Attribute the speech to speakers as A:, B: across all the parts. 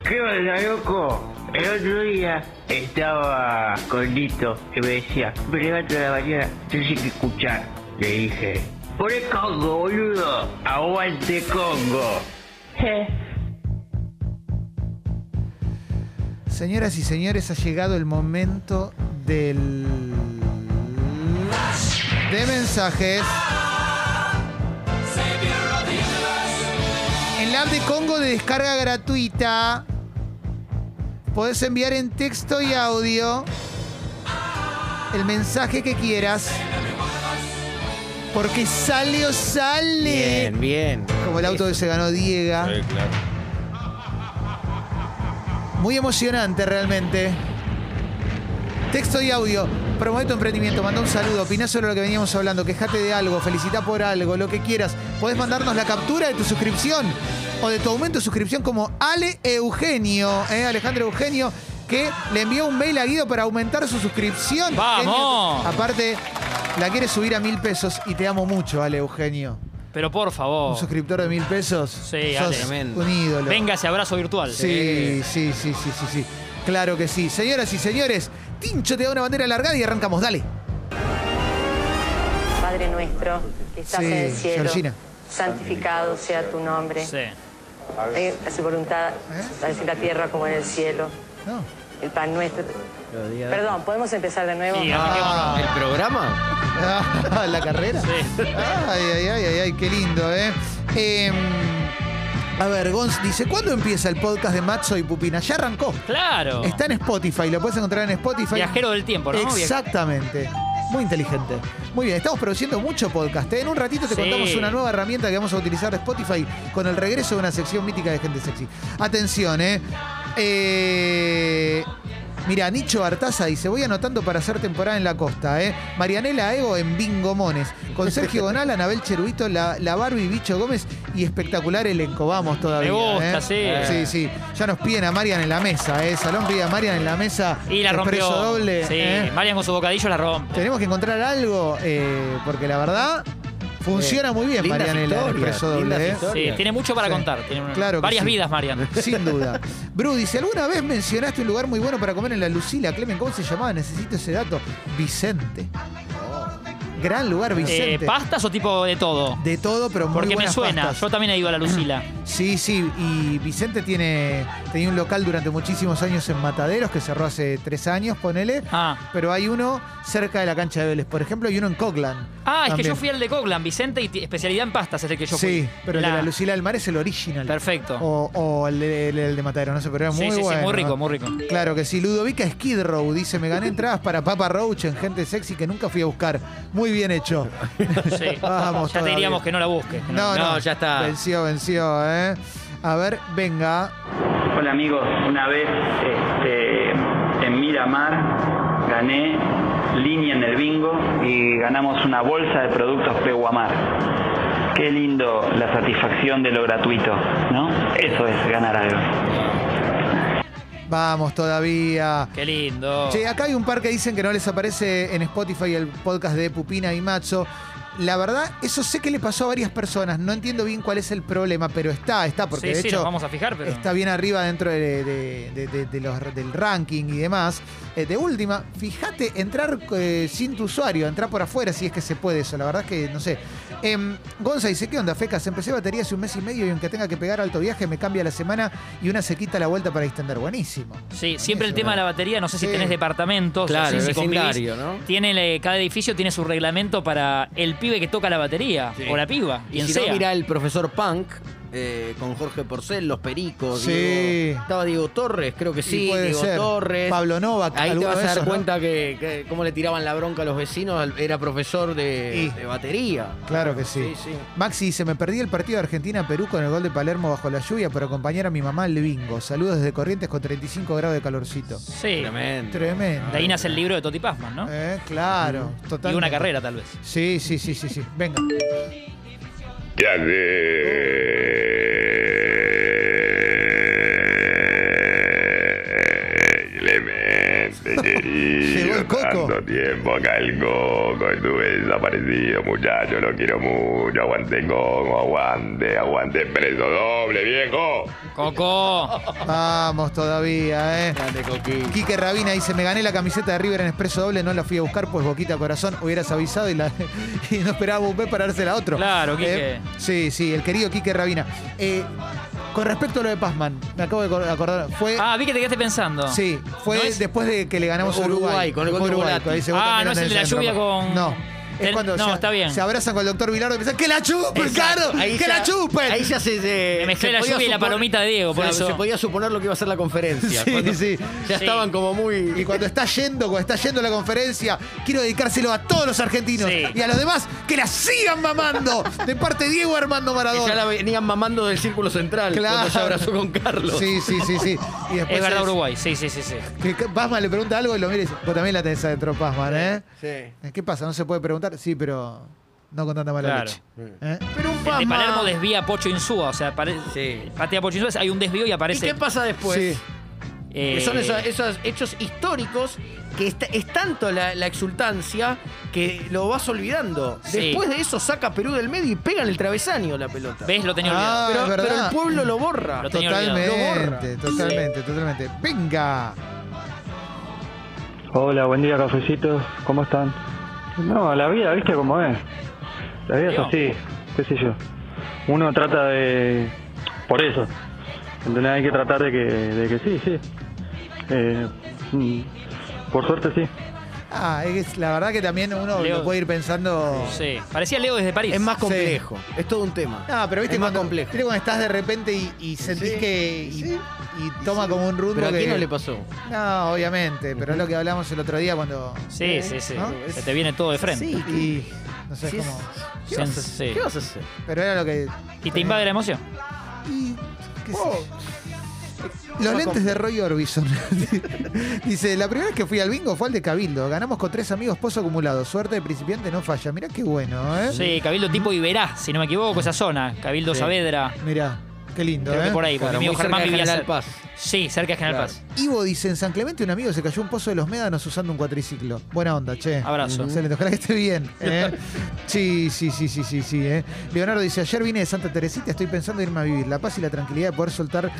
A: ¿Qué onda, loco? El otro día estaba con Lito y me decía, me levanto a la mañana, tienes que escuchar. Le dije, poné Congo, boludo, aguante Congo.
B: Señoras y señores, ha llegado el momento del. de mensajes. En la app de Congo de descarga gratuita. Podés enviar en texto y audio el mensaje que quieras. Porque sale o sale.
C: Bien, bien.
B: Como el auto que se ganó Diego.
D: Sí, claro.
B: Muy emocionante realmente. Texto y audio. Promueve tu emprendimiento, manda un saludo, opina sobre lo que veníamos hablando, quejate de algo, felicita por algo, lo que quieras. Podés mandarnos la captura de tu suscripción o de tu aumento de suscripción como Ale Eugenio, ¿eh? Alejandro Eugenio, que le envió un mail a Guido para aumentar su suscripción.
E: ¡Vamos!
B: Eugenio, Aparte, la quiere subir a mil pesos y te amo mucho, Ale Eugenio.
E: Pero por
B: Un
E: favor.
B: suscriptor de mil pesos.
E: Sí,
B: sos
E: Ale,
C: tremendo.
B: un ídolo.
E: Venga ese abrazo virtual.
B: Sí, sí, sí, sí, sí, sí. Claro que sí. Señoras y señores, Tincho te da una bandera largada y arrancamos. Dale.
F: Padre nuestro, que estás
B: Sí,
F: en el cielo,
B: Georgina.
F: santificado sea tu nombre.
E: Sí.
F: Eh, Haz tu voluntad,
B: ¿Eh?
F: así en la tierra como en el cielo.
B: No.
F: El pan nuestro.
C: Los días-
F: Perdón, ¿podemos empezar de nuevo?
E: Sí, arranquemos.
C: ¿El programa?
B: Ah, la carrera.
E: Sí.
B: Ay, ay, ay, ay, ay, qué lindo, ¿eh? Em, a ver, Gonz dice, ¿cuándo empieza el podcast de Matzo y Pupina? Ya arrancó.
E: Claro.
B: Está en Spotify, lo puedes encontrar en Spotify.
E: Viajero del tiempo, ¿no?
B: Exactamente. Muy inteligente. Muy bien, estamos produciendo mucho podcast. ¿eh? En un ratito te
E: Sí.
B: contamos una nueva herramienta que vamos a utilizar de Spotify con el regreso de una sección mítica de gente sexy. Atención, ¿eh? eh Mira, Nicho Artaza dice, voy anotando para hacer temporada en la costa, ¿eh? Marianela Ego en Bingo Mones. Con Sergio Gonal, Anabel Cheruito, la, la Barbie Bicho Gómez y espectacular elenco. Vamos todavía.
E: gusta,
B: ¿eh?
E: sí.
B: Sí, sí. Ya nos piden a Marian en la mesa, ¿eh? Salón pide a Marian en la mesa.
E: Y la rompió.
B: Expreso doble.
E: sí,
B: ¿eh?
E: Marian con su bocadillo la rompe.
B: Tenemos que encontrar algo, eh, porque la verdad funciona
C: Eh,
B: muy bien
C: lindas
B: Marian en el
C: historias,
B: expreso
C: lindas
B: doble. ¿eh?
C: historias.
E: Sí, tiene mucho para
B: Sí.
E: contar. Tiene una-
B: Claro que
E: varias
B: sí.
E: vidas, Marian.
B: Sin duda. Bru dice, ¿alguna vez mencionaste un lugar muy bueno para comer en la Lucila? Clemen, ¿cómo se llamaba? Necesito ese dato. Vicente. Gran lugar,
E: Oh. Eh,
B: Vicente.
E: ¿Pastas o tipo de todo?
B: de todo, pero muy
E: Porque me
B: buenas
E: suena.
B: pastas.
E: Yo también he ido a la Lucila.
B: Sí, sí, y Vicente tiene, tenía un local durante muchísimos años en Mataderos que cerró hace tres años, ponele.
E: Ah.
B: Pero hay uno cerca de la cancha de Vélez, por ejemplo, y uno en Coglan.
E: Ah, es que
B: también.
E: yo fui al de Coglan, Vicente, y t- especialidad en pastas es el que yo fui.
B: Sí, pero el de la Lucila Oh. del Mar es el original.
E: Perfecto.
B: O, o el, de, el- el de Matadero, no sé, pero era
E: Sí,
B: muy
E: sí, sí,
B: bueno.
E: muy rico, muy rico.
B: Claro que sí. Ludovica Skid Row dice: Me gané entradas para Papa Roach en gente sexy que nunca fui a buscar. Muy bien hecho.
E: Sí.
B: Vamos,
E: ya te
B: todavía.
E: diríamos que no la busques. que
B: No, no,
C: no, ya está.
B: Venció, venció, ¿eh? A ver, venga.
G: Hola amigos, una vez este, en Miramar gané línea en el bingo y ganamos una bolsa de productos Peguamar. Qué lindo la satisfacción de lo gratuito, ¿no? Eso es ganar algo.
B: Vamos todavía.
E: Qué lindo.
B: Che, acá hay un par que dicen que no les aparece en Spotify el podcast de Pupina y Macho. La verdad, eso sé que le pasó a varias personas. No entiendo bien cuál es el problema, pero está, está, porque
E: sí,
B: de
E: sí,
B: hecho
E: nos vamos a fijar, pero.
B: está bien arriba dentro de, de- de- de- de los- del ranking y demás. Eh, de última, fíjate, entrar eh, sin tu usuario, entrar por afuera si es que se puede eso. La verdad es que no sé. Em, Gonza dice, ¿qué onda, Fecas? Empecé batería hace un mes y medio y aunque tenga que pegar alto viaje, me cambia la semana y una sequita a la vuelta para extender. Buenísimo.
E: Sí, siempre el
B: Buenísimo,
E: tema de la
B: ¿verdad?
E: batería, no sé
B: Sí.
E: si tenés departamentos,
C: Claro,
E: no sé
C: el
E: si convivís.
C: vecindario, ¿no?
E: Tiene la- cada edificio tiene su reglamento para el pibe que toca la batería
C: Sí.
E: o la piba,
C: Y
E: quien
C: si no,
E: sea.
C: mirá el profesor Punk eh, con Jorge Porcel, Los Pericos.
B: Sí.
C: Diego- estaba Diego Torres, creo que sí.
B: Y puede
C: Diego
B: ser.
C: Torres.
B: Pablo Novak.
C: Ahí te
B: alguno
C: vas a
B: de
C: dar
B: esos, ¿no?
C: cuenta que, que cómo le tiraban la bronca a los vecinos. al- Era profesor de,
B: Y-
C: de batería.
B: Claro que sí.
C: Sí, sí.
B: Maxi dice, me perdí el partido de Argentina-Perú con el gol de Palermo bajo la lluvia por acompañar a mi mamá al bingo. Saludos desde Corrientes con 35 grados de calorcito.
E: Sí.
C: Tremendo.
B: Tremendo.
E: De ahí nace el libro de Toti Pazman, ¿no?
B: Eh, claro, total.
E: y una carrera, tal vez.
B: Sí, sí, sí, sí, sí. Venga.
H: Clemente, querido.
B: Amigo el Coco.
D: Tanto tiempo acá el Coco. Estuve desaparecido, muchacho. Lo quiero mucho. Aguante, Coco. Aguante, aguante. Preso doble, viejo.
E: Coco.
B: Vamos todavía, eh.
C: Grande Coquín.
B: Quique Rabina dice, me gané la camiseta de River en Expreso Doble, no la fui a buscar, pues Boquita Corazón hubieras avisado y, la- y no esperaba un mes para dársela a otro.
E: Claro, Quique.
B: Eh, sí, sí, el querido Quique Rabina. Eh, con respecto a lo de Pazman, me acabo de acor- acordar, fue...
E: Ah, vi que te quedaste pensando.
B: Sí, fue
E: ¿No es?
B: después de que le ganamos a Uruguay.
C: Uruguay, con el gol de Volati.
B: cuando dice, vos
E: Ah,
B: también
E: no es el de la
B: tenés
E: lluvia
B: centro.
E: con-
B: No. Es
E: Ten-
B: cuando
E: no,
B: se-
E: está bien.
B: se abrazan con el doctor Bilardo y piensan, ¡que la chupen,
C: Exacto.
B: caro! ¡Que
C: ya-
B: la chupen!
C: Ahí ya se. se
E: Me mezclé
C: se
E: la
C: podía
E: lluvia y la palomita de Diego, por
C: Claro,
E: eso.
C: Se podía suponer lo que iba a ser la conferencia.
B: Sí,
C: Cuando-
B: sí.
C: Ya
E: Sí.
C: estaban como muy.
B: Y cuando está yendo, cuando está yendo a la conferencia, quiero dedicárselo a todos los argentinos
E: Sí.
B: y a los demás que la sigan mamando de parte de Diego Armando
C: que
B: Maradona.
C: ya la venían mamando del círculo central. Cuando se abrazó con Carlos.
B: Sí, sí, sí, sí. Y después
E: Es verdad, Uruguay. Sí, sí, sí, sí.
B: Que Pazman le pregunta algo y lo mira y dice, vos también la tenés adentro, Pazman, ¿eh?
C: Sí.
B: ¿Qué pasa? ¿No se puede preguntar? Sí, pero no con tanta mala
E: Claro.
B: leche. ¿Eh? Pero un
E: El de Palermo
B: Pazman.
E: desvía a Pocho Insúa. O sea, pare-
C: Sí.
E: patea a Pocho Insúa, hay un desvío y
C: ¿Y
E: aparece.
C: qué pasa después?
B: Sí.
E: eh,
C: Que son esos, esos hechos históricos que esta- es tanto la, la exultancia que lo vas olvidando.
E: Sí.
C: Después de eso saca Perú del medio y pega en el travesaño la pelota.
E: ¿Ves? Lo tenía
B: Ah,
E: olvidado.
C: Pero,
B: es verdad.
C: pero el pueblo lo borra.
E: Lo tenía
C: olvidado. Lo
B: Totalmente,
C: borra.
B: totalmente, totalmente. Venga.
H: Hola, buen día, cafecitos. ¿Cómo están? No, la vida, ¿viste cómo es? La vida es así, qué sé yo. Uno trata de... Por eso. Entonces hay que tratar de que, de que sí, sí. Eh, mm, por suerte sí.
B: Ah, es, la verdad que también uno
E: Leo.
B: lo puede ir pensando.
E: Sí. Parecía Leo desde París.
C: Ah. Es más complejo. Es todo un tema.
B: No, pero viste
C: Es más
B: cuando,
C: complejo.
B: viste cuando estás de repente y, y sentís
C: Sí,
B: que. Y,
C: sí.
B: y toma como un rumbo.
C: Pero
B: que-
C: aquí no le pasó.
B: No, obviamente, pero es lo que hablamos el otro día cuando.
E: Sí, sí, sí.
B: ¿No?
E: Se te viene todo de frente.
C: Sí.
B: Y. No sé
C: Sí,
B: cómo.
C: ¿Qué,
E: Sí,
C: vas a,
E: sí.
C: qué vas a hacer?
B: Pero era lo que.
E: Y te invade la emoción.
B: Y- qué sé
C: Oh.
B: yo. Los lentes de Roy Orbison. Dice, la primera vez que fui al bingo fue al de Cabildo. Ganamos con tres amigos pozo acumulado. Suerte de principiante no falla. Mirá qué bueno, ¿eh?
E: Sí, Cabildo tipo Iberá, si no me equivoco, esa zona. Cabildo Saavedra.
B: Mirá, qué lindo,
E: Creo
B: ¿eh?
E: que por ahí, porque
C: Claro,
E: mi amigo
C: muy cerca
E: Germán
C: de
E: vivía
C: General
E: cer-
C: Paz.
E: Sí, cerca de General
C: Claro.
E: Paz.
B: Ivo dice, en San Clemente un amigo se cayó un pozo de los médanos usando un cuatriciclo. Buena onda, che.
E: Abrazo.
B: Excelente, ojalá que esté bien. ¿eh? Sí, sí, sí, sí, sí, sí. ¿eh? Leonardo dice, ayer vine de Santa Teresita, estoy pensando en irme a vivir. La paz y la tranquilidad de poder soltar,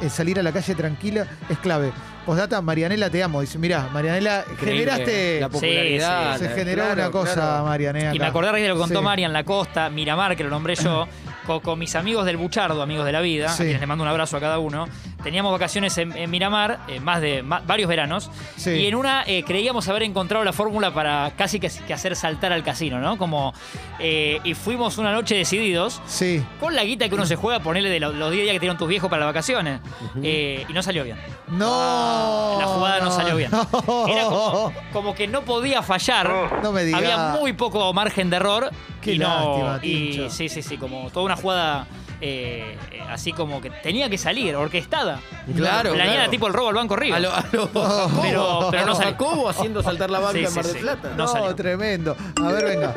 B: eh, salir a la calle tranquila es clave. Postdata, Marianela, te amo. Dice, mirá, Marianela, generaste...
C: La popularidad.
B: Se generó
C: Claro,
B: una cosa,
C: claro.
B: Marianela.
E: Y me acordé de lo que contó Marian, La Costa, Miramar, que lo nombré yo, co- con, mis amigos del Buchardo, amigos de la vida,
B: Sí.
E: a quienes les mando un abrazo a cada uno. Teníamos vacaciones en, en Miramar, eh, más de ma- varios veranos,
B: Sí.
E: y en una eh, creíamos haber encontrado la fórmula para casi que, que hacer saltar al casino, ¿no? Como, eh, y fuimos una noche decididos.
B: Sí.
E: Con la guita que uno se juega, ponerle de lo- los 10 días que tienen tus viejos para las vacaciones. Eh, y no salió bien.
B: No.
E: Ah, La jugada no, salió bien.
B: no.
E: Era como, como que no podía fallar.
B: No me digas.
E: Había muy poco margen de error.
B: Qué
E: y no,
B: lástima,
E: y
B: Tincho.
E: sí, sí, sí, como toda una jugada eh, eh, así como que tenía que salir, orquestada.
C: Claro,
E: Planeada
C: claro.
E: tipo el robo al Banco Río.
C: A lo, a lo Jacobo.
E: Pero- pero
C: A
E: no
C: lo
E: salió.
C: Jacobo haciendo saltar la banca
E: Sí,
C: en Mar
E: sí,
C: del
E: sí.
C: Plata.
E: No salió.
B: tremendo. A ver, venga.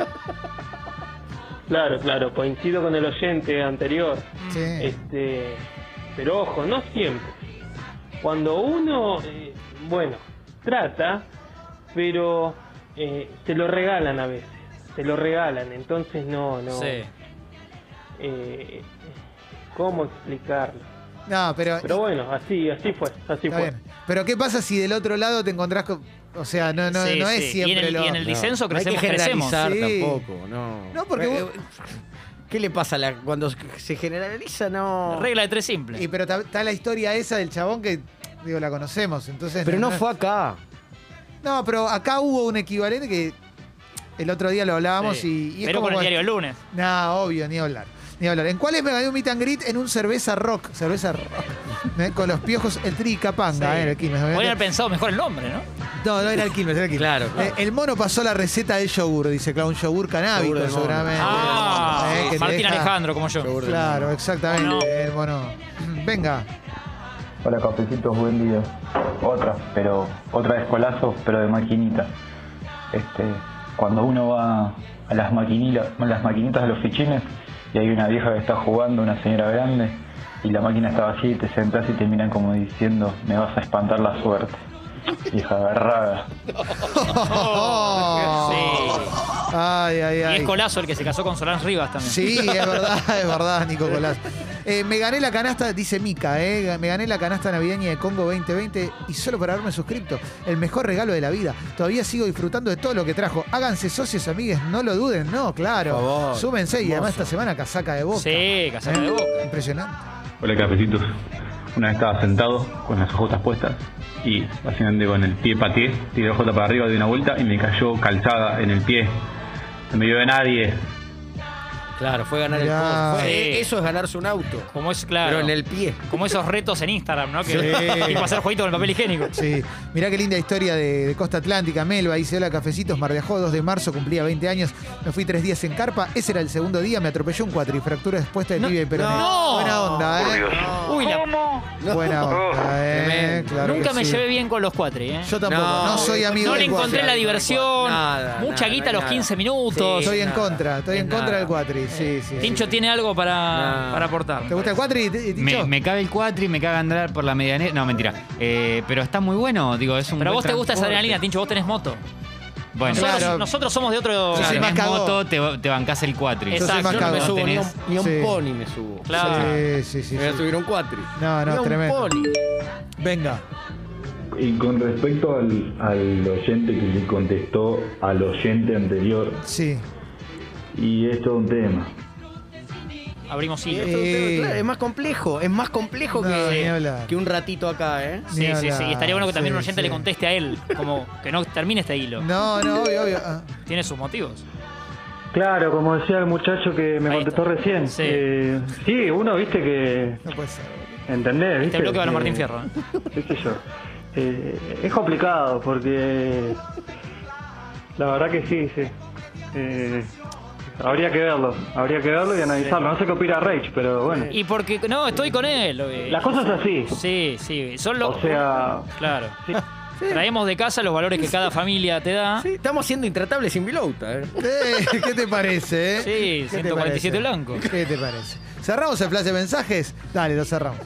I: Claro, claro, coincido con el oyente anterior.
B: Sí.
I: Este, pero ojo, no siempre. Cuando uno, eh, bueno, trata, pero eh, se lo regalan a veces, se lo regalan, entonces no, no.
E: Sí.
I: eh, ¿Cómo explicarlo?
B: No, pero.
I: Pero bueno, así, así fue, así
B: está
I: fue.
B: bien. Pero ¿qué pasa si del otro lado te encontrás con. O sea, no, no,
E: Sí,
B: no
E: sí.
B: es siempre
E: y en el,
B: lo.
E: y en el disenso
C: No hay que
E: crecemos, crecemos.
C: generalizar
B: Sí.
C: tampoco, no.
B: No, porque
C: Eh,
B: vos-
C: ¿Qué le pasa a la- cuando se generaliza? No.
E: Regla de tres simple.
B: Y, pero está, está la historia esa del chabón que, digo, la conocemos. Entonces,
C: Pero no fue acá.
B: No, pero acá hubo un equivalente que el otro día lo hablábamos
E: Sí.
B: y, y es
E: pero
B: como
E: con el
B: cuando-
E: diario el lunes.
B: No, obvio, ni hablar. Ni hablar. ¿En cuáles me gané un meet and greet? En un cerveza rock. Cerveza rock. ¿Eh? Con los piojos, el tri y capanga,
E: Sí.
B: eh, el Quilmes.
E: Podrían
B: obviamente.
E: haber pensado mejor el nombre, ¿no?
B: No, no era el Quilmes, era el Quilmes.
C: Claro, claro.
B: Eh, el mono pasó la receta del yogur, dice Clown. Yogur canábico,
C: Yogur del mono.
B: seguramente.
E: Ah,
B: Eh, que te
E: Martín
B: deja-
E: Alejandro, como yo.
B: Claro, exactamente.
E: Mono.
B: El mono. Venga.
J: Hola cafecitos, buen día. Otra, pero otra de escolazo, pero de maquinita. Este, cuando uno va a las maquinilas, a las maquinitas de los fichines y hay una vieja que está jugando, una señora grande, y la máquina está vacía y te sentás y te miran como diciendo, me vas a espantar la suerte. Vieja agarrada.
B: Ay, ay,
E: Oh. Y
B: ay.
E: es Colazo el que se casó con Solán Rivas también.
B: Sí, es verdad, es verdad, Nico Colás. Eh, me gané la canasta, dice Mica, eh, me gané la canasta navideña de Congo 2020 y solo por haberme suscripto. El mejor regalo de la vida. Todavía sigo disfrutando de todo lo que trajo. Háganse socios, amigues, no lo duden, no, claro.
C: Por favor,
B: Súmense y además
C: hermoso.
B: esta semana casaca de boca. ¿Eh?
E: Sí, casado de boca.
B: Impresionante.
J: Hola cafecitos. Una vez estaba sentado con las ojotas puestas y básicamente con el pie pateé, tiré la ojota para arriba de una vuelta y me cayó calzada en el pie. No me vio de nadie.
C: Claro, fue ganar el
B: Mirá.
C: post. Fue- eh,
E: Sí.
C: Eso es ganarse un auto.
E: Como es, claro.
C: Pero en el pie.
E: Como esos retos en Instagram, ¿no? Que
B: Sí.
E: y pasar jueguito con el papel higiénico.
B: Sí, mirá qué linda historia de, de Costa Atlántica. Melba dice: Hola, cafecitos, Mar de Ajó, 2 de marzo, cumplía 20 años. Me fui tres días en carpa. Ese era el segundo día, me atropelló un cuatri, fractura expuesta de tibia y peroné.
E: no.
B: Buena onda, ¿eh?
E: Uy, la-
B: Buena onda, ¿eh?
C: Tremendo.
B: Claro
E: nunca
B: que
E: me
B: sí.
E: llevé bien con los cuatro, ¿eh?
B: Yo tampoco, no,
C: No,
B: soy amigo
E: no
B: del
E: le encontré
B: cuatri.
E: la diversión,
C: Nada,
E: mucha
C: nada,
E: guita a
C: no
E: los
C: hay
E: 15
C: nada.
E: minutos.
B: Estoy en
C: nada,
B: contra, estoy
C: es
B: en contra
C: nada.
B: del cuatri. Sí, sí. sí.
E: Tincho tiene algo para,
C: No.
E: para aportar.
B: ¿Te gusta el cuatri, T- Tincho?
K: Me, me cabe el cuatri, me cabe andar por la medianera. No, mentira. Eh, pero está muy bueno, digo, es un.
E: Pero a
K: buen
E: vos te gusta esa
K: transporte.
E: adrenalina, Tincho, vos tenés moto.
K: Bueno,
E: Nosotros,
B: Claro.
E: nosotros somos de otro.
B: Yo soy
K: claro,
B: más
K: tenés
B: cagón.
K: moto, te, te bancás el cuatri.
E: Exacto. Yo no me
K: No
B: cagón.
K: tenés-
C: Ni a un, ni a un
B: Sí.
C: pony me subo.
E: Claro.
B: Sí, sí, sí.
C: Me voy a
B: sí.
C: subir a un cuatri.
B: No, no,
C: Ni a
B: tremendo.
C: Un pony.
B: Venga.
J: Y con respecto al, al oyente que le contestó al oyente anterior,
B: Sí.
J: y esto es un tema.
E: Abrimos
C: Y
E: hilo.
C: esto,
B: Eh.
C: claro, es más complejo, es más complejo
B: No, ni
C: que,
B: hablar.
C: que un ratito acá, ¿eh?
E: Sí,
B: Ni
E: sí, sí.
B: hablar.
E: Y estaría bueno que también
B: Sí,
E: un oyente
B: sí.
E: le conteste a él, como que no termine este hilo.
B: No, no, obvio, obvio. Ah,
E: Tiene sus motivos.
H: Claro, como decía el muchacho que me
E: Ahí
H: contestó
E: está.
H: recién.
E: Sí.
H: eh, sí, uno viste que
B: no puede ser.
H: ¿Entendés?
E: Este
H: ¿Viste?
E: bloque va a los
H: Eh,
E: Martín Fierro. ¿eh?
H: qué sé yo. Eh, es complicado porque la verdad que sí, sí. Eh, habría que verlo, habría que verlo y analizarlo. No sé qué opina Rage, pero bueno.
E: Y porque. No, estoy con él. eh.
H: La cosa es así.
E: Sí, sí. Son los.
H: O sea,
E: Claro. Traemos de casa los valores que cada familia te da.
C: Sí, estamos siendo intratables sin Bilouta, ¿eh?
B: Eh, ¿Qué te parece, eh?
E: Sí,
B: ¿Qué te
E: 147
B: parece?
E: blanco.
B: ¿Qué te parece? ¿Cerramos el flash de mensajes? Dale, lo cerramos.